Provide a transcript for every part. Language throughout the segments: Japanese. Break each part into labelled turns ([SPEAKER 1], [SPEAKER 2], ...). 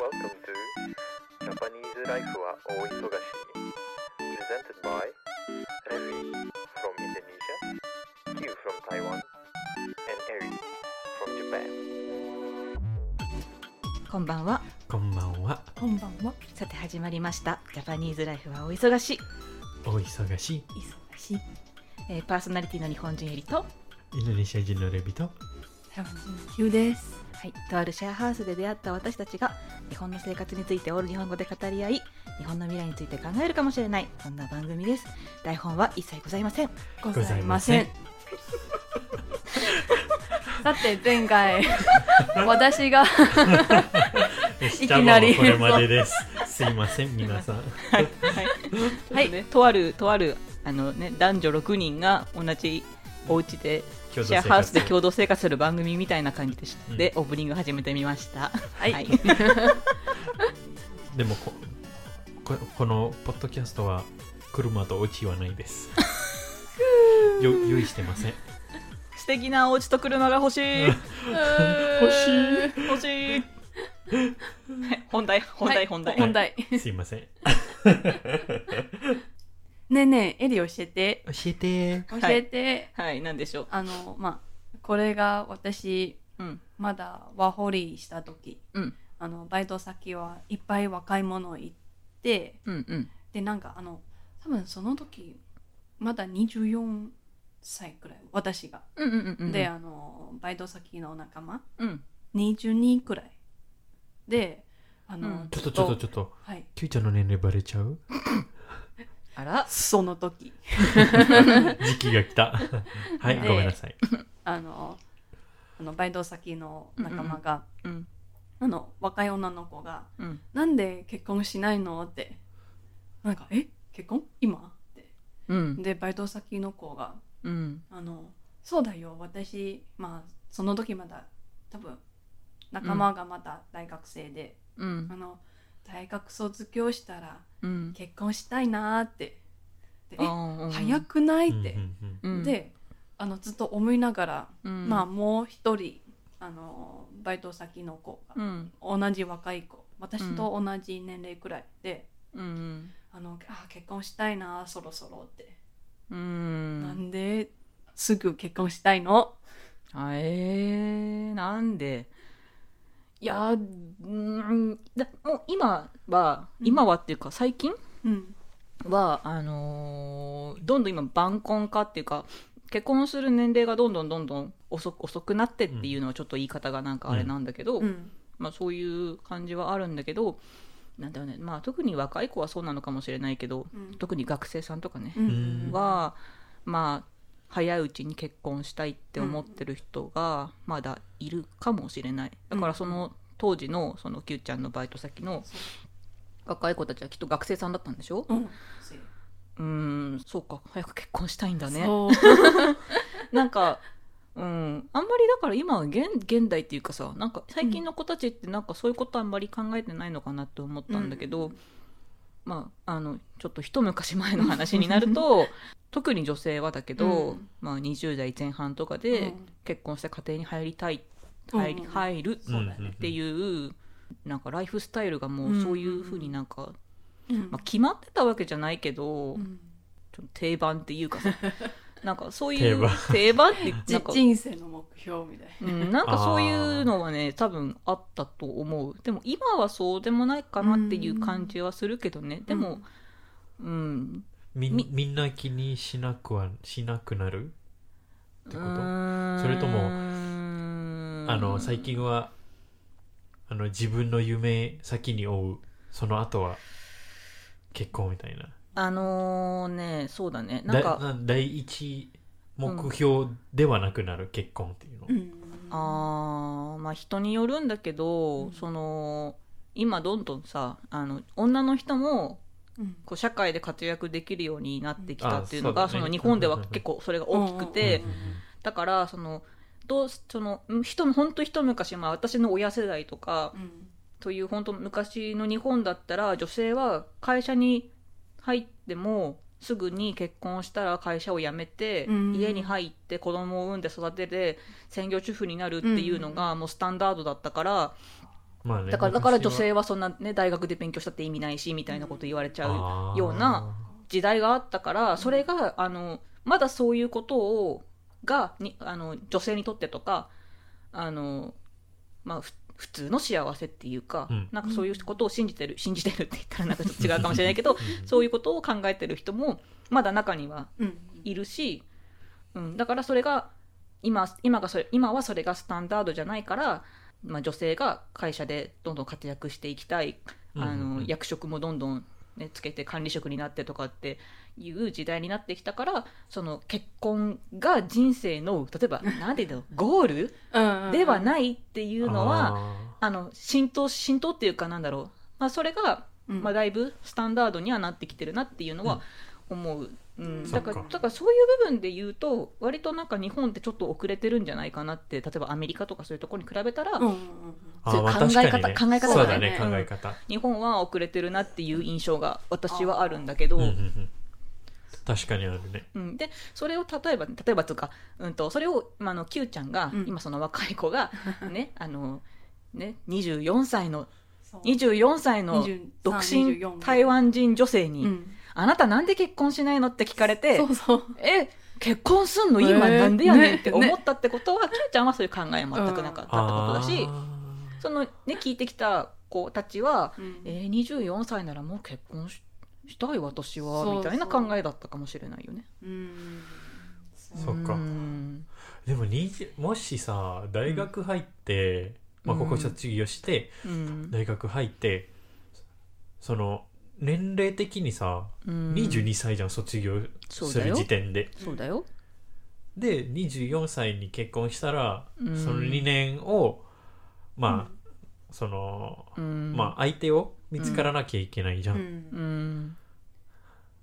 [SPEAKER 1] Welcome to Japanese Life は大忙しに Presented by Revi from Indonesia, Q from Taiwan, and Eri from Japan
[SPEAKER 2] こんばんは。
[SPEAKER 3] こんばんは。
[SPEAKER 4] こんばんは。
[SPEAKER 2] さて始まりました。ジャパニーズライフはお忙しい。
[SPEAKER 3] お忙しい
[SPEAKER 4] 忙しい。
[SPEAKER 2] えーパーソナリティの日本人エリと、
[SPEAKER 3] インドネシア人のレビと
[SPEAKER 4] ラブジンキューです。
[SPEAKER 2] はい、とあるシェアハウスで出会った私たちが日本の生活についてオール日本語で語り合い、日本の未来について考えるかもしれないそんな番組です。台本は一切ございません。
[SPEAKER 4] ご
[SPEAKER 3] ご
[SPEAKER 4] ざ
[SPEAKER 3] ざ
[SPEAKER 4] い
[SPEAKER 3] い
[SPEAKER 4] ま
[SPEAKER 3] ま
[SPEAKER 4] せ
[SPEAKER 3] せ
[SPEAKER 4] ん
[SPEAKER 3] ん。
[SPEAKER 4] さて前 回私 が
[SPEAKER 3] い
[SPEAKER 4] きなり
[SPEAKER 3] これまでです。すいません、皆さん。
[SPEAKER 2] はい、はい、とあるとあるあのね男女6人が同じお家で
[SPEAKER 3] 共同
[SPEAKER 2] シェアハウスで共同生活する番組みたいな感じでした、でオープニング始めてみました。
[SPEAKER 4] はい
[SPEAKER 2] はい、
[SPEAKER 3] でもここ、このポッドキャストは車とオチはないです。よ用意してません。
[SPEAKER 2] 素敵なお家と車が欲しい。
[SPEAKER 4] 欲
[SPEAKER 3] し
[SPEAKER 2] 欲しい。本題本題本題。
[SPEAKER 4] 問題。
[SPEAKER 3] すいません。
[SPEAKER 4] ねえねえエリ教えて
[SPEAKER 3] 教えて。
[SPEAKER 4] 教
[SPEAKER 2] い
[SPEAKER 4] えて、
[SPEAKER 2] はい、なんでしょう。
[SPEAKER 4] あのまあこれが私
[SPEAKER 2] うん。
[SPEAKER 4] まだワホリした時、
[SPEAKER 2] うん
[SPEAKER 4] あのバイト先はいっぱい若い者行って
[SPEAKER 2] うんうん。
[SPEAKER 4] でなんかあの多分その時まだ24歳くらい私が、
[SPEAKER 2] うんうんうんうん。
[SPEAKER 4] で、あのバイト先の仲間
[SPEAKER 2] うん。
[SPEAKER 4] 22くらいであの、
[SPEAKER 2] うん
[SPEAKER 3] ちょっとちょっとちょっと、
[SPEAKER 4] はい
[SPEAKER 3] キューちゃんの年齢バレちゃう
[SPEAKER 2] あら。
[SPEAKER 4] その時
[SPEAKER 3] 時期が来た。はい、
[SPEAKER 4] ね
[SPEAKER 3] ごめんなさい。
[SPEAKER 4] あのあのバイト先の仲間が、
[SPEAKER 2] うん
[SPEAKER 4] あの若い女の子が
[SPEAKER 2] うん。
[SPEAKER 4] 「なんで結婚しないの?」ってなんか「え結婚今?」って
[SPEAKER 2] うん
[SPEAKER 4] でバイト先の子が
[SPEAKER 2] うん
[SPEAKER 4] あのそうだよ私まあその時まだ多分仲間がまだ大学生で、
[SPEAKER 2] うん
[SPEAKER 4] あの大学卒業したら
[SPEAKER 2] うん。
[SPEAKER 4] 結婚したいなーってでえ早
[SPEAKER 2] 早。
[SPEAKER 4] くないっ
[SPEAKER 3] うんう
[SPEAKER 4] て、
[SPEAKER 3] んうん
[SPEAKER 2] うん、
[SPEAKER 4] であのずっと思いながら、
[SPEAKER 2] うん
[SPEAKER 4] まあもう一人あのバイト先の子
[SPEAKER 2] う
[SPEAKER 4] が、
[SPEAKER 2] ん
[SPEAKER 4] 同じ若い子私と同じ年齢くらいで、
[SPEAKER 2] うん
[SPEAKER 4] あのあ結婚したいなーそろそろって、
[SPEAKER 2] う。
[SPEAKER 4] なんんですぐ結婚したいの
[SPEAKER 2] あえー、なんでいやーうんだもう今は
[SPEAKER 4] うん
[SPEAKER 2] 今はっていうか最近
[SPEAKER 4] うん
[SPEAKER 2] はあのーどんどん今晩婚化っていうか結婚する年齢がどんどんどんどん遅く遅くなってっていうのはちょっと言い方がなんかあれなんだけど、
[SPEAKER 4] うん
[SPEAKER 2] まあ、そういう感じはあるんだけどなんだろうね、まあ、特に若い子はそうなのかもしれないけど
[SPEAKER 4] うん
[SPEAKER 2] 特に学生さんとかね、
[SPEAKER 4] うん
[SPEAKER 2] はまあ早いうちに結婚したいって思ってる人がまだいるかもしれないだからその当時のその Q ちゃんのバイト先の
[SPEAKER 4] そ
[SPEAKER 2] 若い子たちはきっと学生さんだったんでしょ
[SPEAKER 4] うん
[SPEAKER 2] うーんそうか早く結婚したいんだね
[SPEAKER 4] そう
[SPEAKER 2] なんかうんあんまりだから今は現現代っていうかさなんか最近の子たちってなんかそういうことあんまり考えてないのかなって思ったんだけど、まああのちょっと一昔前の話になると 特に女性はだけど、
[SPEAKER 4] うん
[SPEAKER 2] まあ、20代前半とかで
[SPEAKER 4] うん
[SPEAKER 2] 結婚して家庭に入りたい
[SPEAKER 4] うん
[SPEAKER 2] 入り、入る
[SPEAKER 3] そうだよね
[SPEAKER 2] っていうなんかライフスタイルがもうそういうふうになんか、
[SPEAKER 4] うん
[SPEAKER 2] まあ、決まってたわけじゃないけど、
[SPEAKER 4] うん
[SPEAKER 2] ちょっと定番っていうか さなんかそういう
[SPEAKER 3] 定番
[SPEAKER 2] 定番ってな
[SPEAKER 4] じ
[SPEAKER 2] んか
[SPEAKER 4] 人生の目標みたいな
[SPEAKER 2] うん、なんかそういうのはね多分あったと思うでも今はそうでもないかなっていう感じはするけどね、でも、うん、
[SPEAKER 3] みん
[SPEAKER 2] み
[SPEAKER 3] みんな気にしなくはしなくなるって
[SPEAKER 2] そ
[SPEAKER 3] ことそれともあ
[SPEAKER 2] あ
[SPEAKER 3] の最近はあの自分の夢先に追うその後は結婚みたいな
[SPEAKER 2] あのねそうだねなんか
[SPEAKER 3] だな第一目標ではなくなる、結婚っていうの、
[SPEAKER 4] うん
[SPEAKER 2] あーまあ人によるんだけど、
[SPEAKER 4] うん
[SPEAKER 2] その今どんどんさあの女の人も
[SPEAKER 4] うん
[SPEAKER 2] こう社会で活躍できるようになってきたっていうのが、
[SPEAKER 3] あそうだね
[SPEAKER 2] その日本では結構それが大きくて、
[SPEAKER 4] うん
[SPEAKER 2] だからそのどうしそのうん一本当一昔、まあ、私の親世代とか
[SPEAKER 4] うん
[SPEAKER 2] という本当昔の日本だったら女性は会社に入ってもすぐに結婚したら会社を辞めて、
[SPEAKER 4] うん
[SPEAKER 2] 家に入って子供を産んで育てて専業主婦になるっていうのがもうスタンダードだったから、
[SPEAKER 3] まあね
[SPEAKER 2] だからだから女
[SPEAKER 3] み
[SPEAKER 2] 性はそんな、ね、大学で勉強したって意味ないしみたいなこと言われちゃう
[SPEAKER 3] う
[SPEAKER 2] ような時代があったからそれがあのまだそういうことをがにあの女性にとってとかあの、まあ、ふ普通の幸せっていうか、
[SPEAKER 3] うん
[SPEAKER 2] なんかそういうことを信じてる信じてるって言ったらなんかちょっと違うかもしれないけ どそういうことを考えてる人もまだ中には
[SPEAKER 4] うん
[SPEAKER 2] いるし、うん、だからそれが今今がそれ今はそれがスタンダードじゃないから、まあ、女性が会社でどんどん活躍していきたいあの、役職もどんどん、ね、つけて管理職になってとかっていう時代になってきたからその結婚が人生の例えばなんて言うのゴール
[SPEAKER 4] うんうん、
[SPEAKER 2] ではいないっていうのは、あの浸透浸透っていうかなんだろう、まあ、それが、
[SPEAKER 4] うん
[SPEAKER 2] まあ、だいぶスタンダードにはなってきてるなっていうのは思う。うん、だから
[SPEAKER 3] そっか
[SPEAKER 2] だからそういう部分で言うと割となんか日本ってちょっと遅れてるんじゃないかなって例えばアメリカとかそういうところに比べたら、
[SPEAKER 4] うんうんうん
[SPEAKER 2] そういう考え方考え
[SPEAKER 4] 方
[SPEAKER 3] そう
[SPEAKER 4] が
[SPEAKER 3] だね
[SPEAKER 4] ね
[SPEAKER 3] 考え方
[SPEAKER 2] 日本は遅れてるなっていう印象が私はあるんだけど、
[SPEAKER 3] うんうんうん確かにあるね
[SPEAKER 2] うん、でそれを例えば例えばとか、うん、とそれを、まあ、あの Q ちゃんが、
[SPEAKER 4] うん
[SPEAKER 2] 今その若い子 がねあのね24歳の
[SPEAKER 4] そう
[SPEAKER 2] 24歳の
[SPEAKER 4] 23
[SPEAKER 2] 独身
[SPEAKER 4] 24
[SPEAKER 2] 台湾人女性に、
[SPEAKER 4] うん
[SPEAKER 2] あなたなんで結婚しないの?」って聞かれて
[SPEAKER 4] そうそう
[SPEAKER 2] 「え結婚すんの今
[SPEAKER 4] えー
[SPEAKER 2] なんでやねん」
[SPEAKER 4] ね
[SPEAKER 2] って思ったってことは Q ちゃんはそういう考え全くなかったってことだし、
[SPEAKER 3] あー
[SPEAKER 2] そのね聞いてきた子たちは
[SPEAKER 4] うん
[SPEAKER 2] えー、24歳ならもう結婚ししたい私は
[SPEAKER 4] そうそう
[SPEAKER 2] みたいな考えだったかもしれないよね。
[SPEAKER 4] うん
[SPEAKER 3] そっか
[SPEAKER 2] うん
[SPEAKER 3] でも20もしさ大学入ってまあここ卒業して
[SPEAKER 2] うん
[SPEAKER 3] 大学入ってその年齢的にさ
[SPEAKER 2] うん
[SPEAKER 3] 22歳じゃん卒業
[SPEAKER 2] そう
[SPEAKER 3] す
[SPEAKER 2] だ
[SPEAKER 3] る
[SPEAKER 2] よ
[SPEAKER 3] 時点で
[SPEAKER 2] そうだよ。
[SPEAKER 3] で24歳に結婚したら
[SPEAKER 2] そ
[SPEAKER 3] その2年をまあその
[SPEAKER 2] うん、
[SPEAKER 3] まあ相手を見つからなきゃいけないじゃ
[SPEAKER 4] うん
[SPEAKER 2] うんん、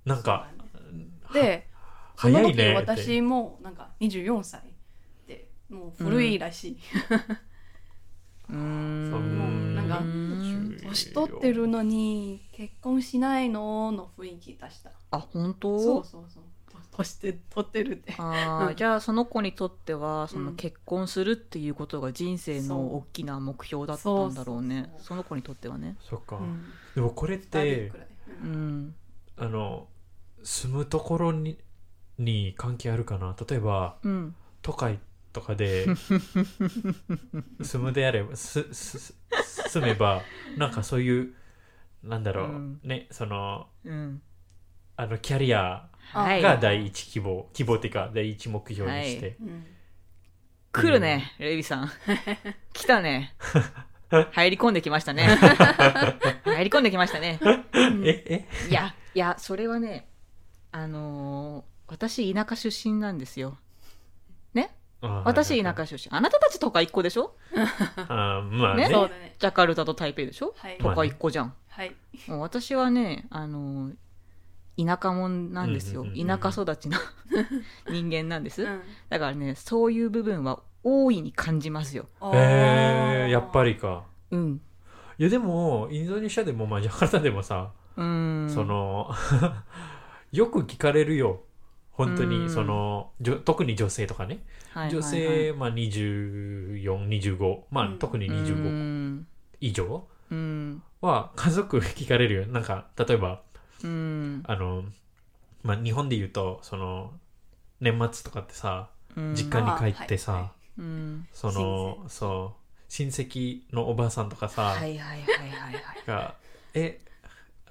[SPEAKER 3] なんか
[SPEAKER 4] でそ
[SPEAKER 3] 早
[SPEAKER 4] の
[SPEAKER 3] い
[SPEAKER 4] 時
[SPEAKER 3] ねって
[SPEAKER 4] 私もなんか24歳でもう古いらしい、
[SPEAKER 2] う、
[SPEAKER 3] そうん
[SPEAKER 4] なんか
[SPEAKER 2] うん
[SPEAKER 4] 年取ってるのに結婚しないのの雰囲気出した
[SPEAKER 2] あ本
[SPEAKER 4] そ
[SPEAKER 2] 当
[SPEAKER 4] うそうそうと年取ってるって
[SPEAKER 2] あ
[SPEAKER 4] う
[SPEAKER 2] ー
[SPEAKER 4] ん
[SPEAKER 2] じゃあその子にとってはそうの
[SPEAKER 4] ん
[SPEAKER 2] 結婚するっていうことが人生
[SPEAKER 4] そう
[SPEAKER 2] の大きな目標だったんだろうね
[SPEAKER 4] そうそうそう
[SPEAKER 2] その子にとってはね。
[SPEAKER 3] そっか
[SPEAKER 4] うん
[SPEAKER 3] でもこれっ
[SPEAKER 4] 二人
[SPEAKER 3] て
[SPEAKER 4] くらい
[SPEAKER 2] うん
[SPEAKER 3] あの住むところにに関係あるかな例えば
[SPEAKER 2] うん
[SPEAKER 3] 都会と かで住むであればすすす住めばなんかそういうなんだろう、
[SPEAKER 2] うん
[SPEAKER 3] ねその
[SPEAKER 2] うん、
[SPEAKER 3] あのキャリア
[SPEAKER 2] はい
[SPEAKER 3] が第一希望、希望っていうか第一目標にして、
[SPEAKER 4] うん
[SPEAKER 2] 来るね、レイビさん。来た ね。入り込んできましたね。入り込んできましたね。
[SPEAKER 4] うん
[SPEAKER 3] ええ
[SPEAKER 2] いや、いや、それはね、あのー私、田舎出身なんですよ。
[SPEAKER 3] あ ー
[SPEAKER 2] 私、田舎出身。あなたたち都会一個でしょ
[SPEAKER 3] あーまあね
[SPEAKER 2] ね
[SPEAKER 4] そうだね
[SPEAKER 2] ジャカルタと台北でしょ
[SPEAKER 4] はい
[SPEAKER 3] ま
[SPEAKER 2] 都
[SPEAKER 3] あ
[SPEAKER 2] 会一個じゃん。
[SPEAKER 4] はい
[SPEAKER 2] もう私はね、あのー田舎もんなんですよ
[SPEAKER 3] うんうんうんうん。
[SPEAKER 2] 田舎育ちの 人間なんです。
[SPEAKER 4] うん
[SPEAKER 2] だからね、そういう部分は大いに感じますよ。
[SPEAKER 4] あ
[SPEAKER 3] えー、やっぱ
[SPEAKER 4] り
[SPEAKER 3] りか
[SPEAKER 2] うん。
[SPEAKER 3] いやでもインドネシアでもまあジャカルタでもさ、
[SPEAKER 2] うん。
[SPEAKER 3] その よく聞かれるよ本当
[SPEAKER 2] う
[SPEAKER 3] に
[SPEAKER 2] ん
[SPEAKER 3] そのじょ特に女性とかね
[SPEAKER 2] はいはいはい、
[SPEAKER 3] 女性、まあ、2425まあ、
[SPEAKER 4] うん
[SPEAKER 3] 特に
[SPEAKER 2] う
[SPEAKER 3] 25
[SPEAKER 2] ん
[SPEAKER 3] 以上
[SPEAKER 2] うん
[SPEAKER 3] は家族聞かれるよなんか例えば
[SPEAKER 2] うん
[SPEAKER 3] あの、まあ、日本で言うとその年末とかってさ実家に帰ってさ、
[SPEAKER 4] あはいはい
[SPEAKER 2] うん
[SPEAKER 3] そのそう親戚のおばあさんとかさ、
[SPEAKER 2] はいはいはいはいはい
[SPEAKER 3] が「え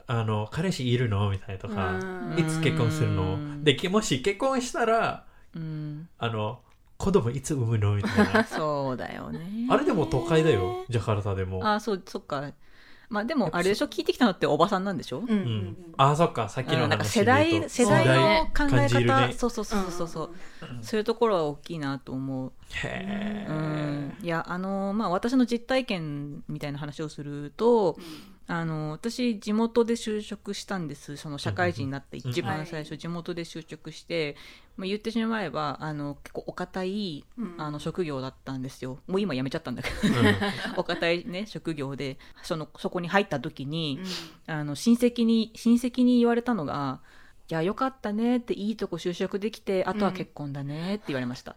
[SPEAKER 3] あの彼氏いるの?」みたいなとか
[SPEAKER 4] うん
[SPEAKER 3] 「いつ結婚する
[SPEAKER 2] う
[SPEAKER 3] の?」
[SPEAKER 2] ん
[SPEAKER 3] でけもし結婚したら
[SPEAKER 2] うん
[SPEAKER 3] あの子供いつ産むのみた いな
[SPEAKER 2] そうだよね
[SPEAKER 3] あれでも都会だよジャカルタでも
[SPEAKER 2] あそうそっかまあでもあれでしょ聞いてきたのっておばさんなんでしょ
[SPEAKER 4] うんう
[SPEAKER 3] うん
[SPEAKER 4] うん
[SPEAKER 3] ん、あそっかさっき
[SPEAKER 2] う
[SPEAKER 3] の
[SPEAKER 2] んなんか
[SPEAKER 3] 話
[SPEAKER 2] 世
[SPEAKER 3] で言う
[SPEAKER 2] 代
[SPEAKER 3] と
[SPEAKER 2] 世代の考
[SPEAKER 3] 感
[SPEAKER 2] え
[SPEAKER 3] じる
[SPEAKER 2] 方、
[SPEAKER 3] ね
[SPEAKER 2] そうそうそうそうそう、そういうところは大きいなと思う、
[SPEAKER 3] へ
[SPEAKER 2] う
[SPEAKER 3] え
[SPEAKER 2] ん、いやあのまあ私の実体験みたいな話をするとあの私地元で就職したんですその社会人になって
[SPEAKER 3] うんうん
[SPEAKER 2] 一番最
[SPEAKER 4] は
[SPEAKER 2] 初地元で就職して、まあ、言ってしまえばあの結構お堅い
[SPEAKER 4] うんうん
[SPEAKER 2] あの職業だったんですよもう今辞めちゃったんだけど お堅いね職業でそのそこに入った時にあの親戚に親戚に言われたのが「いやよかったね」っていいとこ就職できてあとは結婚だねって言われました、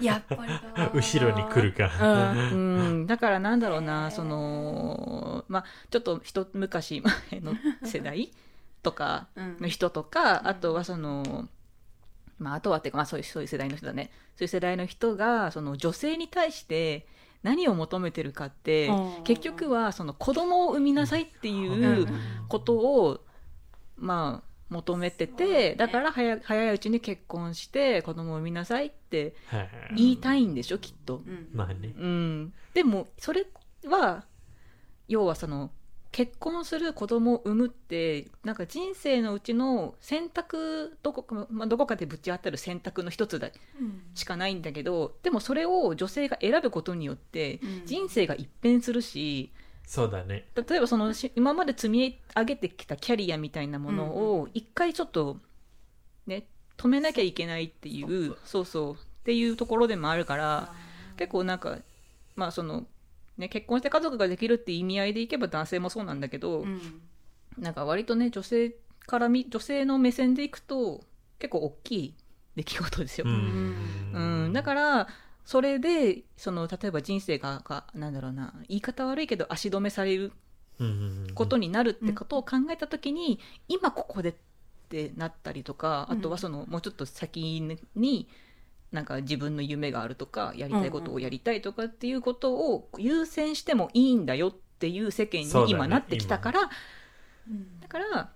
[SPEAKER 4] やっぱりだ
[SPEAKER 3] 後ろに来るか
[SPEAKER 4] う
[SPEAKER 3] ら。
[SPEAKER 4] ん
[SPEAKER 2] うん、だからなんだろう
[SPEAKER 4] へ
[SPEAKER 2] な
[SPEAKER 4] ー
[SPEAKER 2] そのまあちょっと一昔前の世 代とか
[SPEAKER 4] うん
[SPEAKER 2] の人とか、
[SPEAKER 4] うん
[SPEAKER 2] あとはその、まあ、あとはっていうか、まあ、そういうそういう世代の人だねそういう世代の人がその女性に対して何を求めてるかって、
[SPEAKER 4] うん
[SPEAKER 2] 結局はその子供を産みなさいって
[SPEAKER 4] ん
[SPEAKER 2] いううことを、まあ求めて
[SPEAKER 4] そうだ
[SPEAKER 2] て
[SPEAKER 4] ね
[SPEAKER 2] だから早早いうちに結婚して子供を産みなさいって
[SPEAKER 3] はい
[SPEAKER 2] 言いたいんでしょ、きっと。
[SPEAKER 4] うん
[SPEAKER 3] まあね
[SPEAKER 2] うん、でもそれは要はその結婚する子供を産むってなんか人生のうちの選択どこか、まあ、どこかでぶち当たる選択の一つだ
[SPEAKER 4] うん
[SPEAKER 2] しかないんだけどでもそれを女性が選ぶことによって
[SPEAKER 4] うん
[SPEAKER 2] 人生が一変するし
[SPEAKER 3] そうだね。
[SPEAKER 2] 例えばそのし今まで積み上げてきたキャリアみたいなものを一回ちょっとね止めなきゃいけないっていうそうそうっていうところでもあるから。結構なんかまあそのね結婚して家族ができるって意味合いでいけば男性もそうなんだけど、
[SPEAKER 4] うん
[SPEAKER 2] なんか割とね女性から見女性の目線でいくと結構大きい出来事ですよ。うんだからそれでその例えば人生ががなんだろうな言い方悪いけど足止めされる
[SPEAKER 3] ら、うん
[SPEAKER 2] ことになるってことを考えた時に、今ここでってなったりとかあとはその、もうちょっと先になんか自分の夢があるとかやりたいことをやりたいとかっていうことを優先してもいいんだよっていう世間
[SPEAKER 3] そうだ
[SPEAKER 2] に
[SPEAKER 3] ね
[SPEAKER 2] 今なってきたからだ,、
[SPEAKER 4] うん
[SPEAKER 2] から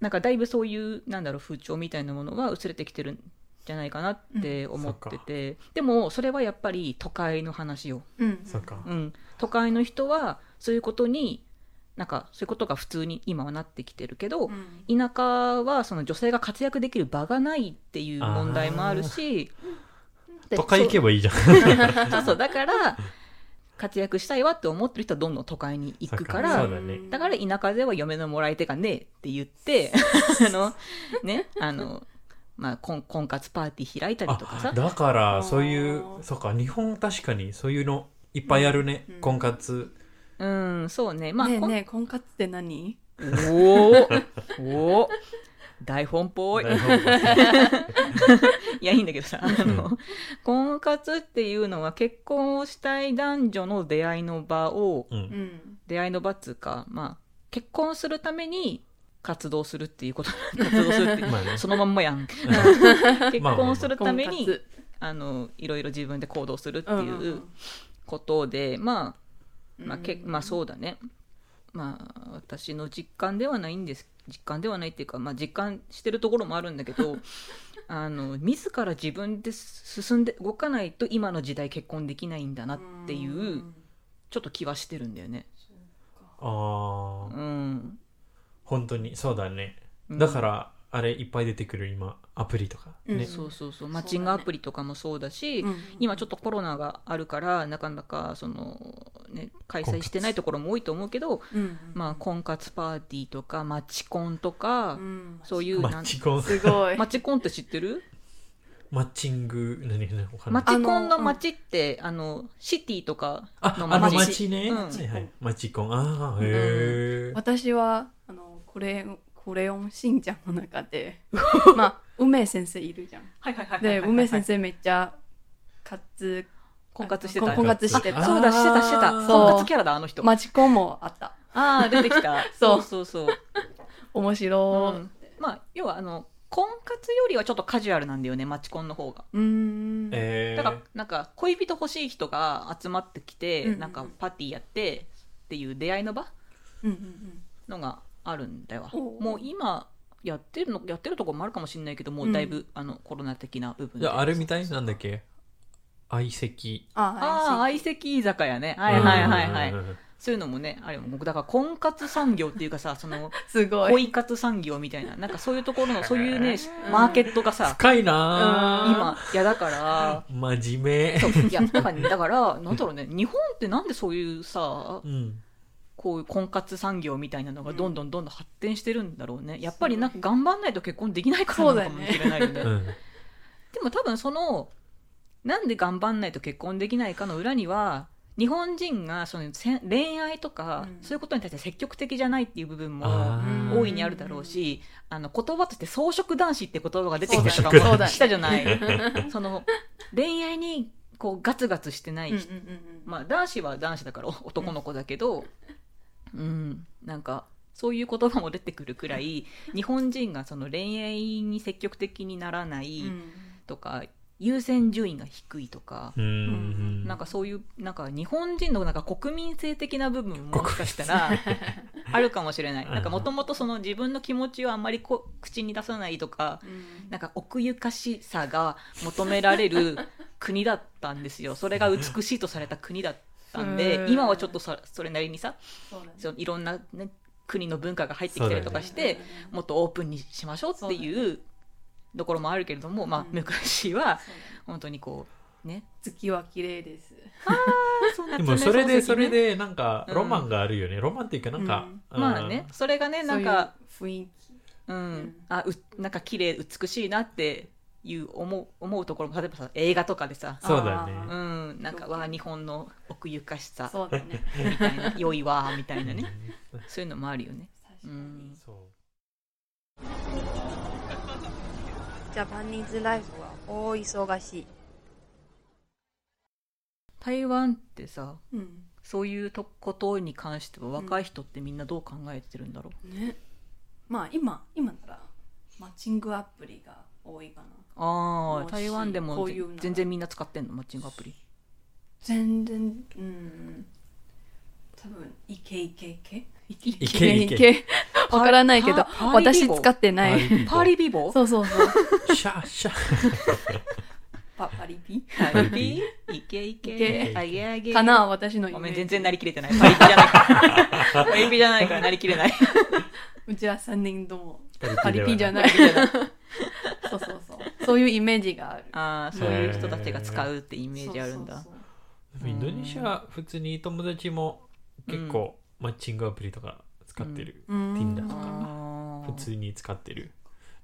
[SPEAKER 2] なんかだいぶそういうなんだろう風潮みたいなものは薄れてきてるんじゃないかなって思ってて、でもそれはやっぱり都会の話よ。
[SPEAKER 4] うん
[SPEAKER 3] そっか
[SPEAKER 2] う。ん、都会の人はそういうことになんかそういうことが普通に今はなってきてるけど、
[SPEAKER 4] うん
[SPEAKER 2] 田舎はその女性が活躍できる場がないっていう問題もあるしで
[SPEAKER 3] 都会行けばいいじゃん。
[SPEAKER 2] そうそうそうだから活躍したいわって思ってる人はどんどん都会に行くか
[SPEAKER 3] そ
[SPEAKER 2] ら
[SPEAKER 3] うだね
[SPEAKER 2] だから田舎では嫁のもらい手がねえって言ってあ のねあの、まあ、婚婚活パーティー開いたりとか
[SPEAKER 3] あ
[SPEAKER 2] さ。
[SPEAKER 3] だからそうい
[SPEAKER 4] あー
[SPEAKER 3] うそっか日本確かにそういうのいっぱいあるね、
[SPEAKER 4] うん
[SPEAKER 3] 婚活
[SPEAKER 2] うん、そうね。まあ、
[SPEAKER 4] ねえ
[SPEAKER 2] こん
[SPEAKER 4] ねえ婚活って何
[SPEAKER 2] おおおお台本っぽい。
[SPEAKER 3] 台本が
[SPEAKER 2] いや、いいんだけどさ、あの、婚活っていうのは結婚をしたい男女の出会いの場を、
[SPEAKER 3] う
[SPEAKER 4] うんん
[SPEAKER 2] 出会いの場っつうか、まあ、結婚するために活動するっていうこと、活動するっていう
[SPEAKER 3] まあね
[SPEAKER 2] そのまんまやん。結婚するために、
[SPEAKER 4] 婚
[SPEAKER 2] あの、いろいろ自分で行動するって
[SPEAKER 4] 活
[SPEAKER 2] いうことで、まあ、まあけまあ
[SPEAKER 4] う
[SPEAKER 2] そうだねまあ私の実感ではないんです実感ではないっていうか、まあ、実感してるところもあるんだけ どあの自ら自分で進んで動かないと今の時代結婚できないんだなっていう、
[SPEAKER 4] ん
[SPEAKER 2] ちょっと気はしてるんだよね。
[SPEAKER 3] あー
[SPEAKER 2] うん、
[SPEAKER 3] 本当にそうだね
[SPEAKER 2] うん
[SPEAKER 3] だから、あれいっぱい出てくる今アプリとか
[SPEAKER 4] うん
[SPEAKER 3] ね、
[SPEAKER 2] そうそうそうマッチングアプリとかもそうだし
[SPEAKER 4] うん
[SPEAKER 2] 今ちょっとコロナがあるからなかなかその、ね、開催してないところも多いと思うけど、
[SPEAKER 4] うん
[SPEAKER 2] まあ、婚活パーティーとかマチコンとか、
[SPEAKER 4] うん
[SPEAKER 2] そういう
[SPEAKER 3] マ
[SPEAKER 2] なん
[SPEAKER 3] ッチコン
[SPEAKER 4] すごい
[SPEAKER 2] マチコンって知ってる
[SPEAKER 3] マッチング何何わかんな
[SPEAKER 2] マ
[SPEAKER 3] い
[SPEAKER 2] チコンの街ってあの、シティとか
[SPEAKER 3] あ
[SPEAKER 2] の
[SPEAKER 3] あの
[SPEAKER 2] 街
[SPEAKER 3] マチね、
[SPEAKER 2] うん
[SPEAKER 3] はいはいマッチコンああへえ、
[SPEAKER 4] 私はあのこれこれをしんちゃんの中で まあ梅先生いるじゃん
[SPEAKER 2] はいはいは
[SPEAKER 4] で梅先生めっちゃ活
[SPEAKER 2] 婚活してた
[SPEAKER 4] 婚活して
[SPEAKER 2] あ
[SPEAKER 4] た
[SPEAKER 2] そうだしてたしてた
[SPEAKER 3] あー
[SPEAKER 2] 婚活キャラだあの人、
[SPEAKER 4] マチコンもあった
[SPEAKER 2] ああ出てきた
[SPEAKER 4] そう
[SPEAKER 2] そうそう
[SPEAKER 4] 面
[SPEAKER 2] そう、う
[SPEAKER 4] 白
[SPEAKER 2] んまあ要はあの婚活よりはちょっとカジュアルなんだよねマチコンの方が
[SPEAKER 4] いうん
[SPEAKER 3] えー
[SPEAKER 2] だからなんか恋人欲しい人が集まってきて、
[SPEAKER 4] うんうん
[SPEAKER 2] なんかパーティーやってっていう出会いの場
[SPEAKER 4] うんうん
[SPEAKER 2] のがあるんだよ
[SPEAKER 4] おう
[SPEAKER 2] もう今やってるのやってるとこもあるかもしれないけどもうだいぶ、あのコロナ的な部分
[SPEAKER 3] じ
[SPEAKER 2] で
[SPEAKER 3] ゃああれみたいなんだっけ相席
[SPEAKER 2] ああ
[SPEAKER 4] あ
[SPEAKER 2] 相
[SPEAKER 4] ー
[SPEAKER 2] 席居酒屋ねはいはいはいはい、
[SPEAKER 3] うんうんうんうん
[SPEAKER 2] そういうのもねあれも僕だから婚活産業っていうかさそ の
[SPEAKER 4] すごい
[SPEAKER 2] 恋活産業みたいななんかそういうとこ ろのそういうねマーケットがさ
[SPEAKER 3] 深いなー
[SPEAKER 2] 今いやだから
[SPEAKER 3] 真面目
[SPEAKER 2] そう いやだからだからなんだろうね日本ってなんでそういうさ
[SPEAKER 3] うん
[SPEAKER 2] こういう婚活産業みたいなのがどんどんどんどん発展してるんだろうねやっぱりなんか頑張んないと結婚できないからなのかもしれないよね
[SPEAKER 3] うん
[SPEAKER 2] でも多分そのなんで頑張んないと結婚できないかの裏には日本人がそのせん恋愛とか、
[SPEAKER 4] うん
[SPEAKER 2] そういうことに対して積極的じゃないっていう部分も
[SPEAKER 3] あー
[SPEAKER 2] 大いにあるだろうし、あの言葉として草食男子って言葉が出てきたりと
[SPEAKER 3] 草食
[SPEAKER 2] かも
[SPEAKER 3] 男子
[SPEAKER 2] したじゃない。その恋愛にこうガツガツしてない
[SPEAKER 4] うんうん
[SPEAKER 2] 人
[SPEAKER 4] うんうん
[SPEAKER 2] まあ男子は男子だからお男の子だけど、うん、なんかそういう言葉も出てくるくらい日本人がその恋愛に積極的にならない
[SPEAKER 4] うん
[SPEAKER 2] とか、優先順位が低いとか、
[SPEAKER 3] うんうん
[SPEAKER 2] なんかそういうなんか日本人のなんか国民性的な部分ももしかしたらあるかもし れない。なんかもともとその自分の気持ちをあんまりこ口に出さないとか、
[SPEAKER 4] うん
[SPEAKER 2] なんか奥ゆかしさが求められる国だったんですよ。それが美しいとされた国だったんで
[SPEAKER 4] う、ん
[SPEAKER 2] 今はちょっとさそれなりにさ、
[SPEAKER 4] そうだね
[SPEAKER 2] そのいろんな、ね、国の文化が入ってきたりとかして、
[SPEAKER 4] うんうんうん
[SPEAKER 2] もっとオープンにしましょうっていうところもあるけれども、まあ
[SPEAKER 4] うん
[SPEAKER 2] 昔は
[SPEAKER 4] そうだね
[SPEAKER 2] 本当にこうね。
[SPEAKER 4] 月は綺麗です。
[SPEAKER 3] でもそれでそれ
[SPEAKER 2] で
[SPEAKER 3] でなんか
[SPEAKER 2] うん
[SPEAKER 3] ロマンがあるよね、ロマンっていうかなんか、うん
[SPEAKER 2] まあね、それがねなんか
[SPEAKER 4] そういう雰囲気。
[SPEAKER 2] う
[SPEAKER 4] うん
[SPEAKER 2] んあうなんか綺麗美しいなっていう思う思うところも例えばさ映画とかでさ
[SPEAKER 3] そうだね
[SPEAKER 4] あ
[SPEAKER 2] う
[SPEAKER 4] ー
[SPEAKER 2] んなんかわあ日本の奥ゆかしさ
[SPEAKER 4] そうだね。
[SPEAKER 2] みたいな良いわーみたいなね
[SPEAKER 3] うん
[SPEAKER 2] そういうのもあるよね
[SPEAKER 4] 確
[SPEAKER 2] う
[SPEAKER 4] かに
[SPEAKER 2] ん。
[SPEAKER 3] そう
[SPEAKER 5] ジャパニーズライフは大忙しい。
[SPEAKER 2] 台湾ってさ
[SPEAKER 4] うん。
[SPEAKER 2] そういうとことに関しては若い人ってみんなどう考えてるんだろう、
[SPEAKER 4] ね。まあ今今ならマッチングアプリが多いかな。
[SPEAKER 2] あ
[SPEAKER 4] も
[SPEAKER 2] あ
[SPEAKER 4] し
[SPEAKER 2] 台湾でも
[SPEAKER 4] こういうのが
[SPEAKER 2] 全然みんな使ってんのマッチングアプリ
[SPEAKER 4] 全然うん。多分イケイケイケ。イケイ
[SPEAKER 3] イケイケ
[SPEAKER 5] イケ。わからないけど
[SPEAKER 2] パー、リー
[SPEAKER 5] 私
[SPEAKER 2] ボー
[SPEAKER 5] 使って
[SPEAKER 3] パ
[SPEAKER 5] な
[SPEAKER 3] ーリ
[SPEAKER 5] い。
[SPEAKER 3] ービー
[SPEAKER 2] パーリービーボー
[SPEAKER 5] そうそうそう。
[SPEAKER 3] シャーシャー
[SPEAKER 4] パパリピ。
[SPEAKER 2] パリピイケイケ
[SPEAKER 5] イケ
[SPEAKER 2] あげあげ
[SPEAKER 5] かな私のイメ
[SPEAKER 2] ご
[SPEAKER 5] ージ
[SPEAKER 2] めん全然なりきれてないパリピじゃないからパリピじゃないからなりきれないう
[SPEAKER 4] ちは三人とも
[SPEAKER 5] パリピじゃ
[SPEAKER 3] な
[SPEAKER 5] ない。
[SPEAKER 4] そうそうそう。そういうイメージがある。
[SPEAKER 2] ああそういう人たちが使うってイメージあるんだ
[SPEAKER 4] そうそう
[SPEAKER 3] いインドネシア普通に友達も結構マッチングアプリとか使ってる、
[SPEAKER 4] そう。うん。
[SPEAKER 3] Tinder とか
[SPEAKER 2] あー
[SPEAKER 3] 普通に使ってる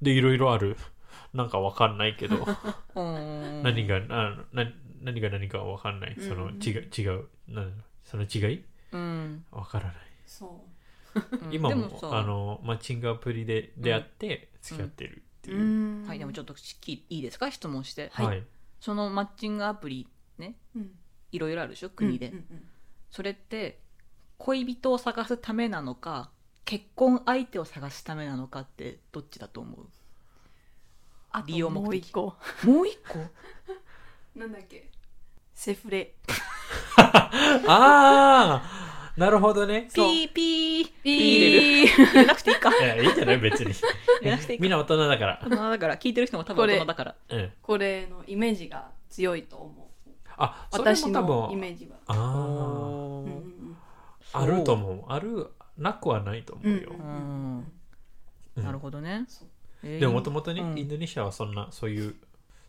[SPEAKER 3] でいろいろある なんかわかんないけど
[SPEAKER 2] うーん
[SPEAKER 3] 何がなな何が何かわかんないその
[SPEAKER 4] うん
[SPEAKER 3] 違う違うなんだろうその違い
[SPEAKER 2] うん
[SPEAKER 3] わからない
[SPEAKER 4] そう。
[SPEAKER 2] うん
[SPEAKER 3] 今
[SPEAKER 2] で
[SPEAKER 3] も
[SPEAKER 2] もさ
[SPEAKER 3] あのマッチングアプリで出会って付き合ってるっていう、
[SPEAKER 4] は
[SPEAKER 2] はいでもちょ
[SPEAKER 4] ょっ
[SPEAKER 2] っときいいですか質問して
[SPEAKER 3] はい、
[SPEAKER 2] そのマッチングアプリね
[SPEAKER 4] と
[SPEAKER 2] いろいろあるでしょ国で、それって恋人を探すためなのか結婚相手を探すためなのかってどっちだと思う
[SPEAKER 4] あ
[SPEAKER 2] 利用目的
[SPEAKER 4] もう一個
[SPEAKER 2] もう一個
[SPEAKER 4] なんだっけセフレ
[SPEAKER 3] あ あなるほどね
[SPEAKER 2] ピ
[SPEAKER 4] そう
[SPEAKER 2] ーピー
[SPEAKER 5] ピー
[SPEAKER 2] 入れる入れなくていいか
[SPEAKER 3] いやいいんじゃない別に
[SPEAKER 2] やらなくていいか
[SPEAKER 3] みんな大人だから
[SPEAKER 2] 大、人だから聞いてる人も多分大人だから
[SPEAKER 3] うん、
[SPEAKER 4] これのイメージが強いと思う
[SPEAKER 3] あそれ
[SPEAKER 4] 私
[SPEAKER 3] も多
[SPEAKER 4] のイメ
[SPEAKER 3] 分
[SPEAKER 4] ージは、
[SPEAKER 3] あ
[SPEAKER 4] う
[SPEAKER 2] お
[SPEAKER 4] んうんう
[SPEAKER 2] ー
[SPEAKER 4] ん
[SPEAKER 3] ああると思うあるなくはないと思うよ、
[SPEAKER 4] うん
[SPEAKER 2] うん
[SPEAKER 3] うん
[SPEAKER 2] なるほどね
[SPEAKER 4] そう
[SPEAKER 2] えー
[SPEAKER 3] でももともとね、
[SPEAKER 2] うん
[SPEAKER 3] インドネシアはそんなそういう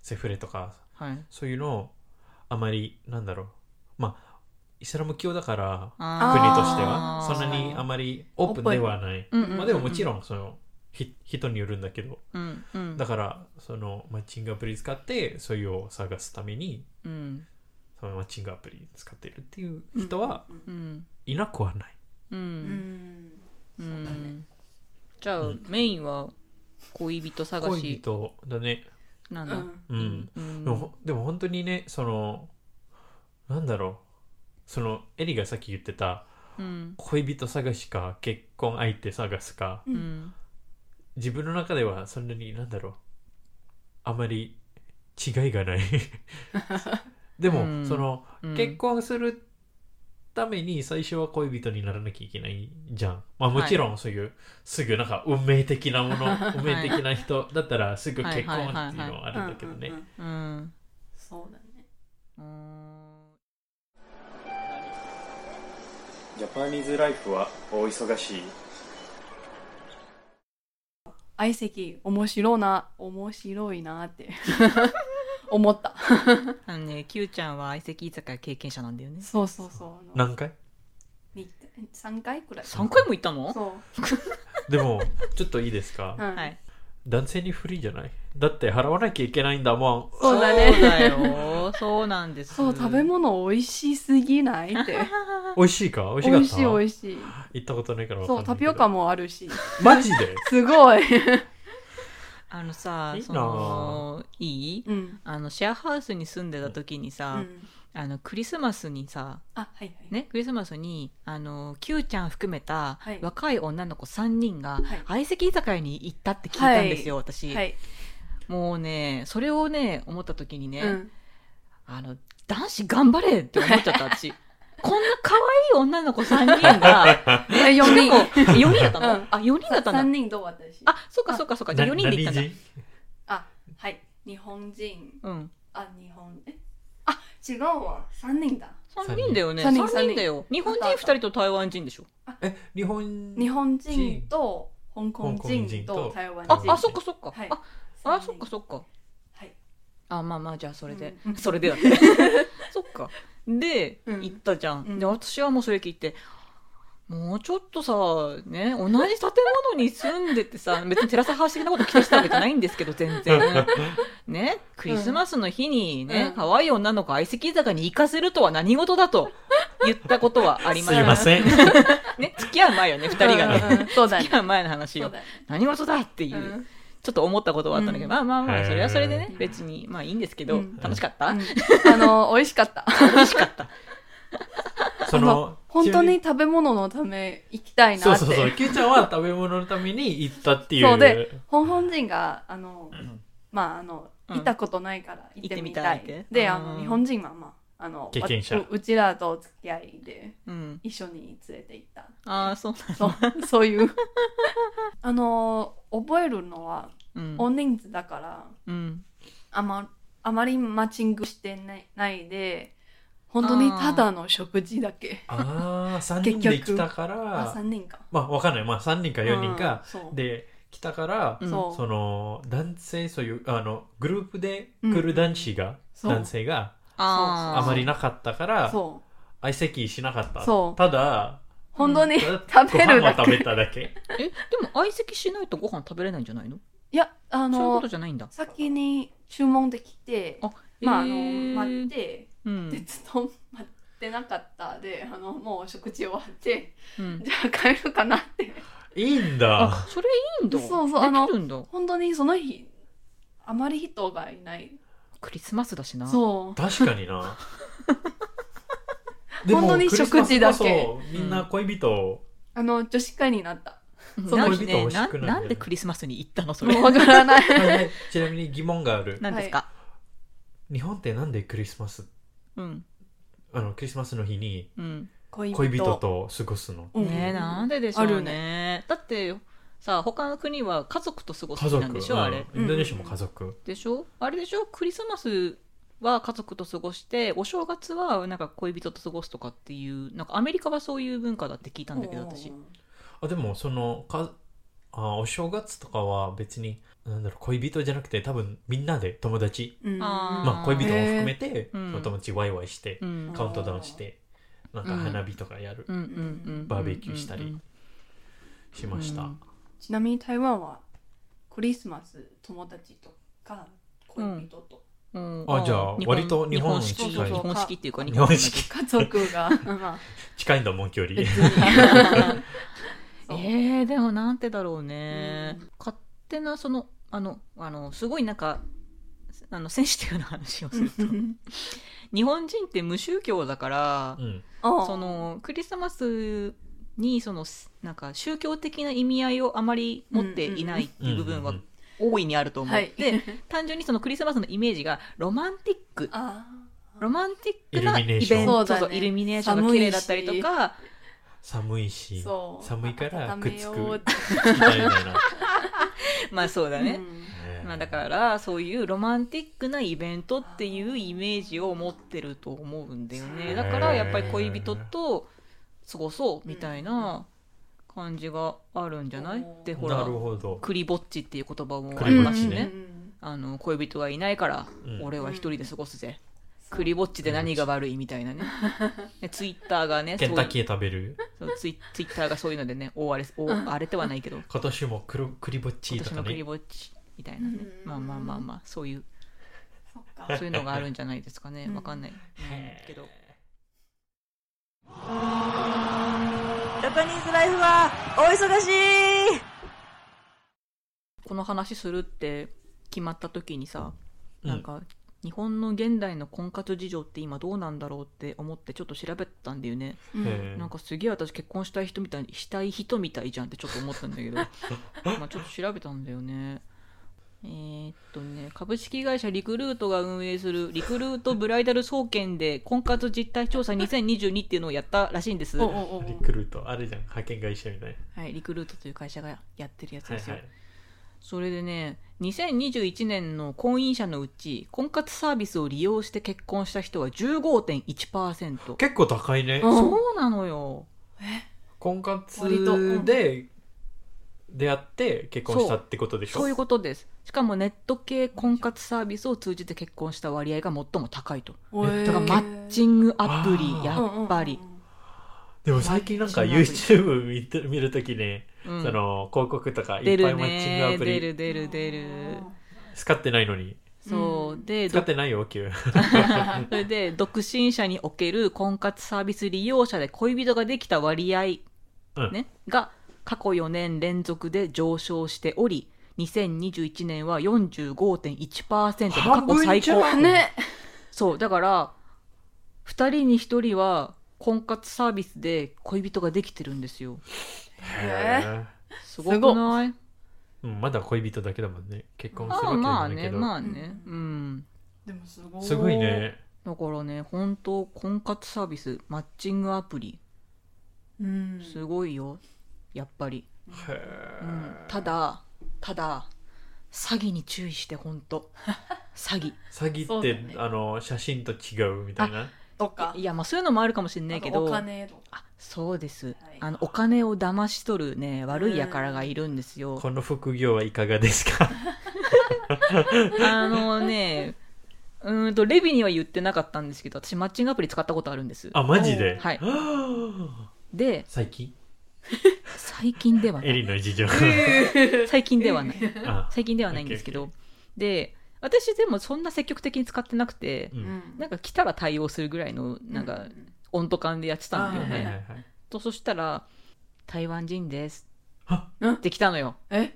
[SPEAKER 3] セフレとか
[SPEAKER 2] はい
[SPEAKER 3] そういうのをあまりなんだろうまあイスラム教だから
[SPEAKER 2] あ
[SPEAKER 3] 国と
[SPEAKER 2] ー
[SPEAKER 3] してはそんなにあまりオープンではない、
[SPEAKER 2] うんうんうん
[SPEAKER 3] まあ、でももちろんそのひ人によるんだけど
[SPEAKER 2] うんうん
[SPEAKER 3] だからそのマッチングアプリ使ってそういうを探すために
[SPEAKER 2] うん
[SPEAKER 3] そのマッチングアプリ使ってるっていう人は
[SPEAKER 2] うん
[SPEAKER 3] いなくはない、
[SPEAKER 2] う
[SPEAKER 4] うんん
[SPEAKER 2] う
[SPEAKER 4] そうだね
[SPEAKER 2] んじゃあ
[SPEAKER 3] うん
[SPEAKER 2] メインは恋人探
[SPEAKER 3] 恋
[SPEAKER 2] し
[SPEAKER 3] 人だね
[SPEAKER 2] な
[SPEAKER 4] うんん
[SPEAKER 2] だ
[SPEAKER 3] うん、
[SPEAKER 2] うん
[SPEAKER 3] でもほでも本当にねそのなんだろうそのエリがさっき言ってた
[SPEAKER 2] うん
[SPEAKER 3] 恋人探しか結婚相手探すか
[SPEAKER 2] うん
[SPEAKER 3] 自分の中ではそんなになんだろうあまり違いがない でも、
[SPEAKER 2] うん
[SPEAKER 3] その
[SPEAKER 2] うん
[SPEAKER 3] 結婚するために最初は恋人にならなきゃいけないじゃんまあもちろんそういうすぐなんか運命的なもの、運命的な人だったらすぐ結婚っていうのはあるんだけどね
[SPEAKER 4] うんうんうん
[SPEAKER 2] うん
[SPEAKER 4] そうだね
[SPEAKER 2] うん
[SPEAKER 1] ジャパニーズライフは大忙しい。
[SPEAKER 4] 相席面白いな面白いなって思った
[SPEAKER 2] あのね、Q ちゃんは相席居酒屋経験者なんだよね。
[SPEAKER 4] そうそうそう
[SPEAKER 3] 何回
[SPEAKER 4] 3回くらい
[SPEAKER 2] 3回も行ったの
[SPEAKER 4] そ
[SPEAKER 3] でもちょっといいですか
[SPEAKER 4] う、うん
[SPEAKER 2] はい。
[SPEAKER 3] 男性に不利じゃないだって払わなきゃいけないんだもん。
[SPEAKER 4] そうだ
[SPEAKER 2] そうだ
[SPEAKER 4] ね。
[SPEAKER 2] よ。そうなんです。
[SPEAKER 4] そう、食べ物美味しすぎない って。
[SPEAKER 3] 美味しいか美味しかっ
[SPEAKER 4] 美
[SPEAKER 3] た
[SPEAKER 4] 味しい美味しい。
[SPEAKER 3] 行ったことないからわかんな
[SPEAKER 4] そう、
[SPEAKER 3] いけど
[SPEAKER 4] タピオカもあるし。
[SPEAKER 3] マジ で
[SPEAKER 4] すごい。
[SPEAKER 2] あのさ、
[SPEAKER 3] いいなぁ
[SPEAKER 2] そのいい
[SPEAKER 4] うん。
[SPEAKER 2] あのシェアハウスに住んでた時に
[SPEAKER 4] う
[SPEAKER 2] さ、
[SPEAKER 4] ん
[SPEAKER 2] あのクリスマスにさ、
[SPEAKER 4] あ、はいはい。
[SPEAKER 2] ね、クリスマスにあの Q ちゃん含めた
[SPEAKER 4] はい
[SPEAKER 2] 若い女の子3人が
[SPEAKER 4] い
[SPEAKER 2] 相席居酒屋に行ったって聞いたんですよ、私、
[SPEAKER 4] はい。
[SPEAKER 2] もうねそれをね思った時にね、
[SPEAKER 4] うん。
[SPEAKER 2] あの男子頑張れって思っちゃった私 こんな可愛い女の子3人 が
[SPEAKER 4] え、4
[SPEAKER 2] し
[SPEAKER 4] 人。
[SPEAKER 2] かも4人だったの、
[SPEAKER 4] うん
[SPEAKER 2] あ4人だったんだ
[SPEAKER 4] 3人どう私。
[SPEAKER 2] あそうかそうかそうかじゃあ4人で行ったんだ
[SPEAKER 3] 何人
[SPEAKER 4] あ、はい。日本人。
[SPEAKER 2] うん
[SPEAKER 4] あ、日本。えあ、違うわ。3人だ。
[SPEAKER 2] 3人だよね3
[SPEAKER 4] 三
[SPEAKER 2] 人
[SPEAKER 4] 人三人
[SPEAKER 2] だよ日本人2人と台湾人でしょ
[SPEAKER 3] え、日本
[SPEAKER 4] 日本人と香港人と台湾人。
[SPEAKER 2] あ
[SPEAKER 3] 香港人と
[SPEAKER 2] あそっかそっか、
[SPEAKER 4] はい
[SPEAKER 2] ああそっかそっか
[SPEAKER 4] はい。
[SPEAKER 2] あまあまあじゃあそれで、
[SPEAKER 4] うん
[SPEAKER 2] それでだって そっかで、
[SPEAKER 4] うん
[SPEAKER 2] 行ったじゃん、
[SPEAKER 4] うん
[SPEAKER 2] で私はもうそれ聞いてもうちょっとさね同じ建物に住んでて さ別にテラスハウス的なこと気にしたわけじゃないんですけど全然ねクリスマスの日に
[SPEAKER 4] う
[SPEAKER 2] ね
[SPEAKER 4] ん
[SPEAKER 2] 可愛、い女の子相席居酒屋に行かせるとは何事だと言ったことはあります
[SPEAKER 3] すいま せん。
[SPEAKER 2] ね付き合う前よね2人がね、
[SPEAKER 4] うんうんそうだ
[SPEAKER 2] 付
[SPEAKER 4] ね
[SPEAKER 2] き。合う前の話
[SPEAKER 4] そう
[SPEAKER 2] よ
[SPEAKER 4] だね。
[SPEAKER 2] 何事だっていう、
[SPEAKER 4] うん
[SPEAKER 2] ちょっと思ったことはあったんだけど、
[SPEAKER 4] うん
[SPEAKER 2] まあまあま
[SPEAKER 3] へ
[SPEAKER 2] あ
[SPEAKER 3] ー
[SPEAKER 2] それはそれでね別にまあいいんですけど、
[SPEAKER 4] うん
[SPEAKER 2] 楽しかった、
[SPEAKER 4] うんあの、美味しかった。
[SPEAKER 2] 楽しかった。
[SPEAKER 3] その、
[SPEAKER 4] 本当に食べ物のため行きたい
[SPEAKER 3] そ
[SPEAKER 4] な
[SPEAKER 3] う
[SPEAKER 4] って。
[SPEAKER 3] そうそう。キュウちゃんは食べ物のために行ったっていう。
[SPEAKER 4] そうで、香港人が、あの、まあ、あの、
[SPEAKER 2] うん
[SPEAKER 4] 行ったことないから行ってみた
[SPEAKER 2] 行ってみたいっ
[SPEAKER 4] い
[SPEAKER 2] て。
[SPEAKER 4] で、あ
[SPEAKER 2] う
[SPEAKER 4] の、
[SPEAKER 2] ん
[SPEAKER 4] 日本人はまあ、あの、
[SPEAKER 3] 経験者
[SPEAKER 4] わううちらとお付き合いで
[SPEAKER 2] うん。
[SPEAKER 4] 一緒に連れて行った。
[SPEAKER 2] ああ、そう
[SPEAKER 4] そう、 そういう。あの、覚えるのは、
[SPEAKER 2] なんだ。
[SPEAKER 4] 大人数だから、
[SPEAKER 2] うん。
[SPEAKER 4] あま、あまりマッチングしてないないで、本当にただの食事だけ。
[SPEAKER 3] ああ、3人で来たか
[SPEAKER 4] あ、
[SPEAKER 3] ら、
[SPEAKER 4] 3人か。
[SPEAKER 3] まあわかんない。まあ3人か4人か
[SPEAKER 4] うん、そう。
[SPEAKER 3] で来たから、
[SPEAKER 2] うん
[SPEAKER 4] そう
[SPEAKER 3] その男性、そういう、あの、グループで来る男子が、
[SPEAKER 4] そう
[SPEAKER 3] 男性が
[SPEAKER 2] ああ。
[SPEAKER 3] あまりなかったから、
[SPEAKER 4] そう。
[SPEAKER 3] 相席しなかった。
[SPEAKER 4] そう
[SPEAKER 3] ただ、
[SPEAKER 4] 本当に食べるだ
[SPEAKER 3] ご飯を食べ
[SPEAKER 4] け。
[SPEAKER 3] ただけ。
[SPEAKER 2] え、でも相席しないとご飯食べれないんじゃないの
[SPEAKER 4] いや、あ
[SPEAKER 2] そういうこ
[SPEAKER 4] の
[SPEAKER 2] と、じゃないんだ。
[SPEAKER 4] 先に注文できて
[SPEAKER 2] あ、
[SPEAKER 4] まあ、あ
[SPEAKER 2] へ
[SPEAKER 4] の、
[SPEAKER 2] ー
[SPEAKER 4] 待って、
[SPEAKER 2] うん
[SPEAKER 4] で、。ずっと待ってなかったで、あの、もう食事終わって、
[SPEAKER 2] うん
[SPEAKER 4] じゃあ帰るかなって。
[SPEAKER 3] いいんだ
[SPEAKER 2] あ。、それいいんだ。
[SPEAKER 4] そうそうあの
[SPEAKER 2] できるんだ。
[SPEAKER 4] 本当にその日、あまり人がいない。
[SPEAKER 2] クリスマスだしな。
[SPEAKER 4] そ
[SPEAKER 3] 確かにな。
[SPEAKER 4] 本当に食事
[SPEAKER 3] クリス
[SPEAKER 4] だけ
[SPEAKER 3] マスこそみんな恋人を、
[SPEAKER 4] う。あの、女子会になった。
[SPEAKER 2] うん。
[SPEAKER 4] そ
[SPEAKER 2] な
[SPEAKER 4] の
[SPEAKER 2] んで
[SPEAKER 3] 人
[SPEAKER 2] ね
[SPEAKER 3] 欲しくな
[SPEAKER 2] ない
[SPEAKER 3] んだよね
[SPEAKER 2] なんでクリスマスに行ったのそれ
[SPEAKER 4] もう。わか らない。
[SPEAKER 3] はいはいちなみに疑問がある。
[SPEAKER 2] なんですか
[SPEAKER 3] 日本ってなんでクリスマス、
[SPEAKER 2] うん。
[SPEAKER 3] あの、クリスマスの日に
[SPEAKER 2] うん。
[SPEAKER 4] 恋
[SPEAKER 3] 恋人。と過ごすの
[SPEAKER 4] うん
[SPEAKER 2] ねえ、なんででしょ
[SPEAKER 4] あ
[SPEAKER 2] う
[SPEAKER 4] る
[SPEAKER 2] ね。だって、さ、他の国は家族と過ごす
[SPEAKER 3] 家
[SPEAKER 2] 日
[SPEAKER 3] 族
[SPEAKER 2] なんでしょあれ。
[SPEAKER 3] うんインドネシアも家族。
[SPEAKER 2] でしょあれでしょクリスマスは家族と過ごしてお正月はなんか恋人と過ごすとかっていうなんかアメリカはそういう文化だって聞いたんだけど私
[SPEAKER 3] あでもそのかあお正月とかは別になんだろう恋人じゃなくて多分みんなで友達、
[SPEAKER 4] うん
[SPEAKER 2] あー
[SPEAKER 3] まあ恋人も含めて、
[SPEAKER 2] うん
[SPEAKER 3] その友達ワイワイして
[SPEAKER 2] う、ん
[SPEAKER 3] カウントダウンしてなんか花火とかやる、
[SPEAKER 2] うんうんうん
[SPEAKER 3] バーベキューした
[SPEAKER 2] う
[SPEAKER 3] り
[SPEAKER 2] ん
[SPEAKER 3] しました、
[SPEAKER 2] うん
[SPEAKER 4] ちなみに台湾は、クリスマス友達とか、恋人と
[SPEAKER 2] うん
[SPEAKER 3] あじゃあ
[SPEAKER 2] 日本
[SPEAKER 3] 割と日本に
[SPEAKER 2] 式
[SPEAKER 3] 近い
[SPEAKER 2] 日本式っていうか
[SPEAKER 3] 日本式
[SPEAKER 4] 家族が、 まあ、
[SPEAKER 3] 近いんだもん距離
[SPEAKER 4] 別に。
[SPEAKER 2] え
[SPEAKER 4] そう
[SPEAKER 2] ー、でもなんてだろうね、
[SPEAKER 4] うん
[SPEAKER 2] 勝手なそのあのあのすごいなんかあのセンシティブな話をすると日本人って無宗教だから、
[SPEAKER 3] うん
[SPEAKER 4] そ
[SPEAKER 2] そ、のクリスマスにそのすなんか宗教的な意味合いをあまり持っていないっていう部分は
[SPEAKER 3] うんうん
[SPEAKER 2] 大いにあると思っ
[SPEAKER 4] はい
[SPEAKER 2] て単純にそのクリスマスのイメージがロマンティック
[SPEAKER 4] あ
[SPEAKER 2] ロマンティックな
[SPEAKER 3] イ
[SPEAKER 2] イ
[SPEAKER 3] ルミネ
[SPEAKER 2] ベン
[SPEAKER 3] ーション
[SPEAKER 2] ト
[SPEAKER 4] そうだね
[SPEAKER 2] そうイルミネーションが綺麗だったりとか
[SPEAKER 3] 寒いし
[SPEAKER 4] ーそう。
[SPEAKER 3] 寒いからくっつく
[SPEAKER 4] 温めようって
[SPEAKER 3] み たいな、
[SPEAKER 2] まあそうだね、まあ、だ
[SPEAKER 3] ら
[SPEAKER 2] からそういうロマンティックなイベントっていうイメージを持ってると思うんだよ
[SPEAKER 4] へ
[SPEAKER 2] ね
[SPEAKER 4] ー
[SPEAKER 2] だからやっぱり恋人と過ごそうみたいな感じがあるんじゃないってほ
[SPEAKER 3] な
[SPEAKER 2] ら
[SPEAKER 3] るほど
[SPEAKER 2] クリぼっちっていう言葉もあ
[SPEAKER 3] クリ
[SPEAKER 2] り
[SPEAKER 3] ぼっ
[SPEAKER 2] ま
[SPEAKER 3] ち
[SPEAKER 2] す
[SPEAKER 4] うん
[SPEAKER 2] ね
[SPEAKER 3] ね
[SPEAKER 2] あの恋人がいないから、
[SPEAKER 3] うん
[SPEAKER 2] 俺は一人で過ごすぜ、クリぼっちで何が悪いみたいな ねでツイッターがね
[SPEAKER 3] ケンタッ
[SPEAKER 2] ー
[SPEAKER 3] キー食べる
[SPEAKER 2] そうツイツイッターがそういうのでね大荒れ大荒れてはないけど
[SPEAKER 3] 今年もくるクリぼっち
[SPEAKER 2] 今
[SPEAKER 3] と
[SPEAKER 2] 年
[SPEAKER 3] か
[SPEAKER 2] のクリ
[SPEAKER 3] ね
[SPEAKER 2] ぼっちみたいなね
[SPEAKER 4] うん
[SPEAKER 2] まあまあまあまあそういう
[SPEAKER 4] そっか
[SPEAKER 2] そういうのがあるんじゃないですかね
[SPEAKER 4] うん
[SPEAKER 2] わかんない
[SPEAKER 3] へー
[SPEAKER 2] けど
[SPEAKER 5] ジャパニーズライフは大忙しい
[SPEAKER 2] この話するって決まった時にさ
[SPEAKER 3] うん
[SPEAKER 2] なんか日本の現代の婚活事情って今どうなんだろうって思ってちょっと調べたんだよね
[SPEAKER 4] うん
[SPEAKER 3] へー
[SPEAKER 2] なんかすげえ私結婚したい人みたいしたい人みたいじゃんってちょっと思ったんだ けどまあちょっと調べたんだよねえーっとね株式会社リクルートが運営するリクルートブライダル総研で婚活実態調査2022っていうのをやったらしいんです、
[SPEAKER 4] おお
[SPEAKER 2] は、
[SPEAKER 4] おお
[SPEAKER 3] リクルートあれじゃん派遣会社みたいない
[SPEAKER 2] リクルートという会社がやってるやつ
[SPEAKER 3] は
[SPEAKER 2] で
[SPEAKER 3] い
[SPEAKER 2] すよ、
[SPEAKER 3] はい
[SPEAKER 2] それでね2021年の婚姻者のうち婚活サービスを利用して結婚した人は15.1%
[SPEAKER 3] 結構高いね
[SPEAKER 4] うん
[SPEAKER 2] そうなのよ
[SPEAKER 3] 婚活
[SPEAKER 4] 割とうん
[SPEAKER 3] で出会って結婚したってことでしょ
[SPEAKER 2] そういうことです。しかもネット系婚活サービスを通じて結婚した割合が最も高いと。
[SPEAKER 3] え
[SPEAKER 2] だからマッチングアプ
[SPEAKER 3] あ
[SPEAKER 2] リ、
[SPEAKER 3] ー
[SPEAKER 2] やっぱり。
[SPEAKER 3] でも最近なんか
[SPEAKER 2] マッチ
[SPEAKER 3] YouTube 見て見るときね、
[SPEAKER 2] うん
[SPEAKER 3] その広告とかい
[SPEAKER 2] 出
[SPEAKER 3] っぱい
[SPEAKER 2] る
[SPEAKER 3] マッチング
[SPEAKER 2] ね
[SPEAKER 3] アプ
[SPEAKER 2] 出
[SPEAKER 3] リ
[SPEAKER 2] る出る出る。
[SPEAKER 3] 使ってないのに
[SPEAKER 2] そう。で、
[SPEAKER 3] 使
[SPEAKER 2] ど
[SPEAKER 3] ってないよ急
[SPEAKER 2] それで、独身者における婚活サービス利用者で恋人ができた割合、
[SPEAKER 3] うん
[SPEAKER 2] ね、が過去4年連続で上昇しており、2021年は45.1%と過去最高。
[SPEAKER 4] うんね
[SPEAKER 2] そうだから2人に1人は婚活サービスで恋人ができてるんですよ
[SPEAKER 4] へ
[SPEAKER 3] へ
[SPEAKER 2] すごくない
[SPEAKER 3] ー うんまだ恋人だけだもんね結婚す
[SPEAKER 2] あ
[SPEAKER 3] る
[SPEAKER 2] あ
[SPEAKER 3] わけじ
[SPEAKER 2] ま
[SPEAKER 3] ゃ
[SPEAKER 2] あ
[SPEAKER 3] ないけ
[SPEAKER 2] ね
[SPEAKER 3] ど、
[SPEAKER 2] まあねうん
[SPEAKER 4] でもすごい
[SPEAKER 3] すごいね
[SPEAKER 2] だからね本当婚活サービスマッチングアプリ
[SPEAKER 4] うん
[SPEAKER 2] すごいよやっぱり、
[SPEAKER 3] へ
[SPEAKER 2] う
[SPEAKER 3] ー
[SPEAKER 2] ん、ただただ詐欺に注意して本当詐欺
[SPEAKER 3] 詐欺
[SPEAKER 4] そ
[SPEAKER 3] っ
[SPEAKER 4] う
[SPEAKER 3] て、
[SPEAKER 4] だね
[SPEAKER 3] あの写真と違うみたいな
[SPEAKER 4] とか
[SPEAKER 2] いやまあそういうのもあるかもしれないけ
[SPEAKER 4] あ
[SPEAKER 2] ど
[SPEAKER 4] とお金とか
[SPEAKER 2] あそうです、
[SPEAKER 4] はい
[SPEAKER 2] あのお金を騙し取るね悪い輩がいるんですよ、
[SPEAKER 3] この副業はいかがで すか
[SPEAKER 2] あのね、うーんと、レビには言ってなかったんですけど、私、マッチングアプリ使ったことあるんです。
[SPEAKER 3] あマジで、
[SPEAKER 2] はい。
[SPEAKER 3] はあ
[SPEAKER 2] で、
[SPEAKER 3] 最近
[SPEAKER 2] 最近ではな
[SPEAKER 3] エ
[SPEAKER 2] い。
[SPEAKER 3] リの事情
[SPEAKER 2] 最近では ない。
[SPEAKER 3] あ
[SPEAKER 2] 最近ではないんですけど。で、私、でもそんな積極的に使ってなくて、
[SPEAKER 3] うん
[SPEAKER 4] うん
[SPEAKER 2] なんか来たら対応するぐらいの、なんか、温度感でやってたんだよ
[SPEAKER 3] はいはい
[SPEAKER 2] ね。
[SPEAKER 3] はい
[SPEAKER 2] と、そしたら、台湾人です
[SPEAKER 3] は。
[SPEAKER 2] って来たのよ。
[SPEAKER 4] え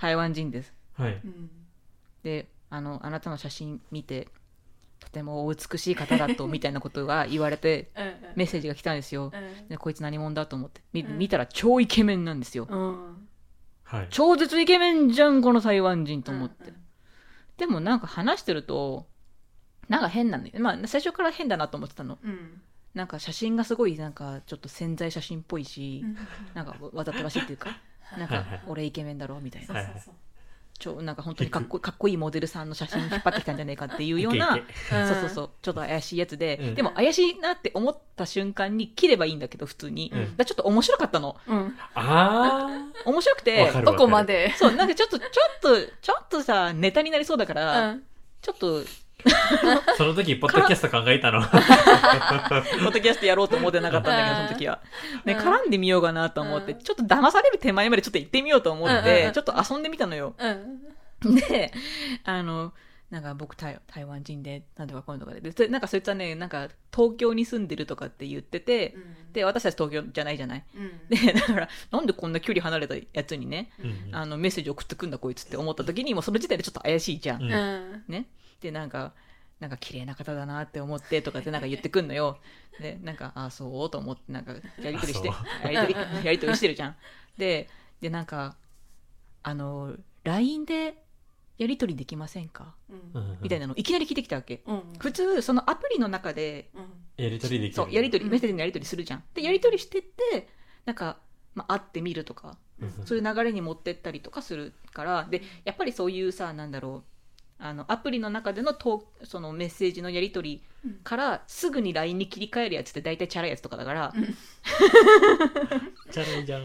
[SPEAKER 2] 台湾人です。
[SPEAKER 3] はい
[SPEAKER 4] うん
[SPEAKER 2] であの、あなたの写真見て、とてもお美しい方だと、みたいなことが言われて、
[SPEAKER 4] うん
[SPEAKER 2] メッセージが来たんですよ。
[SPEAKER 4] うん
[SPEAKER 2] でこいつ何者だと思ってみ
[SPEAKER 4] うん
[SPEAKER 2] 見たら超イケメンなんですよ、
[SPEAKER 4] うん
[SPEAKER 3] はい
[SPEAKER 2] 超絶イケメンじゃんこの台湾人と思って、
[SPEAKER 4] うん
[SPEAKER 2] でもなんか話してるとなんか変なのよまあ最初から変だなと思ってたの
[SPEAKER 4] うん
[SPEAKER 2] なんか写真がすごいなんかちょっと潜在写真っぽいし、
[SPEAKER 4] うん
[SPEAKER 2] なんかわざとらしいっていう かなん
[SPEAKER 3] は
[SPEAKER 2] か
[SPEAKER 3] いはい
[SPEAKER 2] 俺イケメンだろみたい
[SPEAKER 4] そ
[SPEAKER 2] な
[SPEAKER 4] うそうそう
[SPEAKER 2] 超なんか本当にかっこかっこいいモデルさんの写真引っ張ってきたんじゃないかっていうよう
[SPEAKER 3] い
[SPEAKER 2] な
[SPEAKER 3] けいけ
[SPEAKER 2] そうそうそうちょっと怪しいやつで、
[SPEAKER 3] うん
[SPEAKER 2] でも怪しいなって思った瞬間に切ればいいんだけど普通に、
[SPEAKER 3] うん
[SPEAKER 2] だからちょっと面白かったの
[SPEAKER 4] うん
[SPEAKER 3] あ
[SPEAKER 2] 面白く
[SPEAKER 3] あわ
[SPEAKER 2] て
[SPEAKER 3] かる
[SPEAKER 4] どこまで
[SPEAKER 2] そう、なんかちょっと、ちょっと、ちょっとさ、ネタになりそうだか
[SPEAKER 4] う
[SPEAKER 2] ら、
[SPEAKER 4] ん
[SPEAKER 2] ちょっと、
[SPEAKER 3] その時ポッドキャスト考えた の
[SPEAKER 2] ポッドキャストやろうと思ってなかったんだけど、
[SPEAKER 4] うん
[SPEAKER 2] その時は。ね、
[SPEAKER 4] うん
[SPEAKER 2] 絡んでみようかなと思って、
[SPEAKER 4] うん
[SPEAKER 2] ちょっと騙される手前までちょっと行ってみようと思っ
[SPEAKER 4] うんうん
[SPEAKER 2] て、
[SPEAKER 4] うん
[SPEAKER 2] ちょっと遊んでみたのよ。
[SPEAKER 4] うん
[SPEAKER 2] で、あの、なんか僕台台湾人で、なんとかこういうのとかで、で、それなんかそいつはね、なんか東京に住んでるとかって言ってて、で、私たち東京じゃないじゃない。
[SPEAKER 4] うん
[SPEAKER 2] で、だから、なんでこんな距離離れたやつにね、
[SPEAKER 3] うん
[SPEAKER 2] あの、メッセージ送ってくんだこいつって思った時に、もうその時点でちょっと怪しいじゃん
[SPEAKER 3] う。ん
[SPEAKER 4] うん
[SPEAKER 2] ね、でなんか「なんか綺麗な方だなって思って」とかってなんか言ってくんのよ。でなんか「あそう?」と思ってなんかやりとりして
[SPEAKER 3] あ
[SPEAKER 2] やりとり
[SPEAKER 4] うんうんうん
[SPEAKER 2] やりとりしてるじゃん。ででなんかあの LINE でやりとりできませんか
[SPEAKER 4] うん
[SPEAKER 3] うん
[SPEAKER 2] みたいなのいきなり聞いてきたわけ。
[SPEAKER 4] うん
[SPEAKER 2] 普通そのアプリの中で
[SPEAKER 4] うん
[SPEAKER 3] やりとりできる
[SPEAKER 2] そうやりとり
[SPEAKER 4] うん
[SPEAKER 2] メッセージのやりとりするじゃん。でやりとりしてってなんか、まあ、会ってみるとか
[SPEAKER 3] うん
[SPEAKER 2] そういう流れに持ってったりとかするからでやっぱりそういうさなんだろうあのアプリの中でのとそのメッセージのやり取りからすぐに LINE に切り替えるやつって大体チャラいやつとかだから、
[SPEAKER 3] チャラいじゃん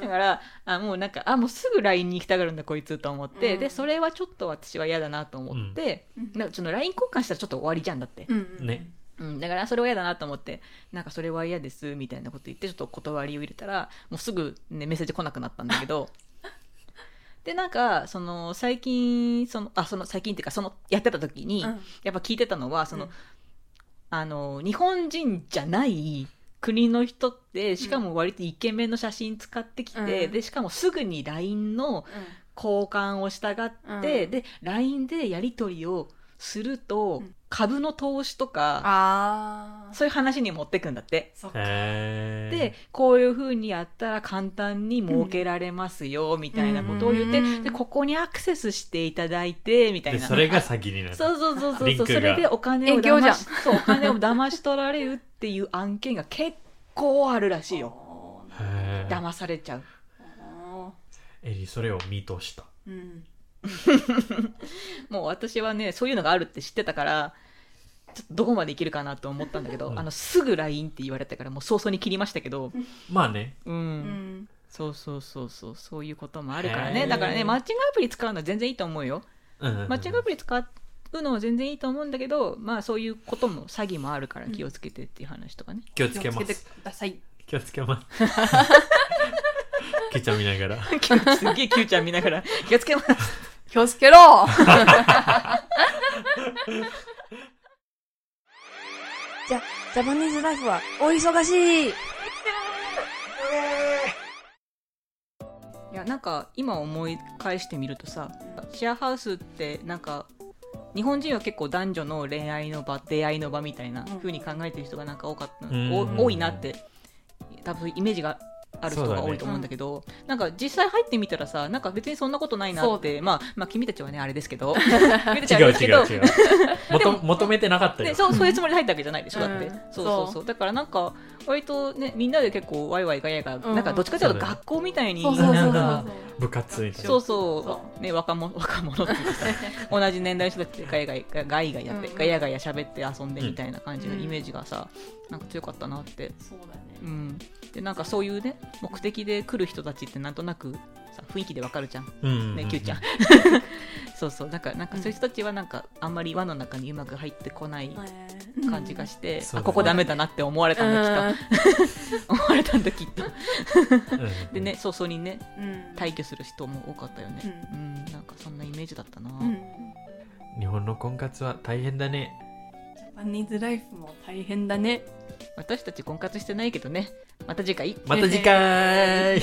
[SPEAKER 2] だからあもうなんかあもうすぐ LINE に行きたがるんだこいつと思って、
[SPEAKER 4] うん
[SPEAKER 2] でそれはちょっと私は嫌だなと思って、
[SPEAKER 4] うん
[SPEAKER 2] なんかちょっと LINE 交換したらちょっと終わりじゃんだって、
[SPEAKER 4] うん
[SPEAKER 3] ね
[SPEAKER 2] うん、だからそれは嫌だなと思ってなんかそれは嫌ですみたいな こと言ってちょっと断りを入れたらもうすぐ、ね、メッセージ来なくなったんだけどでなんかその最近そのあその最近っていうかそのやってた時に、
[SPEAKER 4] うん
[SPEAKER 2] やっぱ聞いてたのはその、
[SPEAKER 4] うん
[SPEAKER 2] あの日本人じゃない国の人ってしかも割とイケメンの写真使ってきて、
[SPEAKER 4] うん
[SPEAKER 2] でしかもすぐに LINE の交換をしたがって、
[SPEAKER 4] うん
[SPEAKER 2] で LINE でやり取りをすると、
[SPEAKER 4] うん
[SPEAKER 2] 株の投資とか
[SPEAKER 4] ああ
[SPEAKER 2] そういう話に持ってくんだって。
[SPEAKER 4] そっか
[SPEAKER 3] へー
[SPEAKER 2] でこういうふうにやったら簡単に儲けられますよみたいなことを言って、
[SPEAKER 4] うん
[SPEAKER 2] でここにアクセスしていただいてみたい
[SPEAKER 3] で
[SPEAKER 2] な。
[SPEAKER 3] それが先になる。
[SPEAKER 2] そうそうそうそう
[SPEAKER 3] リン
[SPEAKER 2] そう
[SPEAKER 3] ク
[SPEAKER 2] そ
[SPEAKER 3] が
[SPEAKER 2] れでお金を
[SPEAKER 4] 営業じゃ
[SPEAKER 2] 騙
[SPEAKER 4] ん
[SPEAKER 2] しそうお金を騙し取られるっていう案件が結構あるらしいよ
[SPEAKER 4] おー
[SPEAKER 3] へー
[SPEAKER 2] 騙されちゃう
[SPEAKER 4] お
[SPEAKER 3] エリそれを見通した。
[SPEAKER 4] ーうん
[SPEAKER 2] もう私はねそういうのがあるって知ってたからちょっとどこまでいけるかなと思ったんだけど、
[SPEAKER 3] うん
[SPEAKER 2] あのすぐ LINE って言われたからもう早々に切りましたけど
[SPEAKER 3] まあね。
[SPEAKER 2] うん、
[SPEAKER 4] うん
[SPEAKER 2] そうそうそうそうそういうこともあるからね、
[SPEAKER 3] へー
[SPEAKER 2] だからねマッチングアプリ使うのは全然いいと思うよ
[SPEAKER 3] マ
[SPEAKER 2] マッチングアプリ使うのは全然いいと思うんだけどまあそういうことも詐欺もあるから気をつけてっていう話とか ね、
[SPEAKER 3] 気をつ
[SPEAKER 4] 気
[SPEAKER 3] け
[SPEAKER 4] をつ
[SPEAKER 3] ま
[SPEAKER 4] けて
[SPEAKER 3] す。
[SPEAKER 4] ください
[SPEAKER 3] 気をつけ ます。ケチャ見ながら。
[SPEAKER 2] すっげえ Q ちゃん見ながら 気をつけます
[SPEAKER 4] 気をつけろ
[SPEAKER 5] じゃ、ジャパニーズライフはお忙しい
[SPEAKER 2] いやなんか今思い返してみるとさシェアハウスってなんか日本人は結構男女の恋愛の場出会いの場みたいな風に考えてる人がなんか多かった、
[SPEAKER 3] うん
[SPEAKER 2] お多いなって多分イメージがある人が多いと思うんだけどなんか実際入ってみたらさなんか別にそんなことないな
[SPEAKER 4] そ
[SPEAKER 2] っ
[SPEAKER 4] う
[SPEAKER 2] て、まあ、まあ君たちはねあれですけ ど君たちはあれ
[SPEAKER 3] 違う
[SPEAKER 2] ですけ
[SPEAKER 3] 違
[SPEAKER 2] ど
[SPEAKER 3] う違う。もと求めてなかった
[SPEAKER 2] で
[SPEAKER 3] よ。
[SPEAKER 2] そうそういうつもりで入ったわけじゃないでしょ、
[SPEAKER 4] うん
[SPEAKER 2] だって
[SPEAKER 4] うん
[SPEAKER 2] そうそうそうだからなんか割とねみんなで結構ワイワイガヤガヤ、
[SPEAKER 4] うん
[SPEAKER 2] なんかどっちかという
[SPEAKER 3] そ
[SPEAKER 2] と
[SPEAKER 3] うだね
[SPEAKER 2] 学校みたいに
[SPEAKER 4] そうそうそうそう
[SPEAKER 3] なん部活みたいな。
[SPEAKER 2] そうそう
[SPEAKER 4] そ
[SPEAKER 2] ね、若者 若者っていうかさ同じ年代の人たちでガヤガヤガガイガイやって、
[SPEAKER 4] うん
[SPEAKER 2] ガヤガヤ喋って遊んでみたいな感じのイメージがさ、なんか強かったなって、
[SPEAKER 4] そうだね
[SPEAKER 2] うん、でなんかそういうね目的で来る人たちってなんとなくさ雰囲気でわかるじゃん
[SPEAKER 3] うんうんうんうん。
[SPEAKER 2] ね、キュー ちゃんそうそうなんかなんかそういう人たちはなんかあんまり輪の中にうまく入ってこない感じが
[SPEAKER 4] し
[SPEAKER 2] して、
[SPEAKER 3] そうだね
[SPEAKER 2] あここダメだなって思われたんだきっと 思われたんだきっと
[SPEAKER 3] うん
[SPEAKER 2] でね。早々にね
[SPEAKER 4] うん
[SPEAKER 2] 退去する人も多かったよね
[SPEAKER 4] う
[SPEAKER 2] うん、なんかそんなイメージだったな、
[SPEAKER 4] うん
[SPEAKER 3] 日本の婚活は大変だね。
[SPEAKER 4] ジャパニーズライフも大変だね
[SPEAKER 2] 私たち婚活してないけどねまた次回
[SPEAKER 3] また次回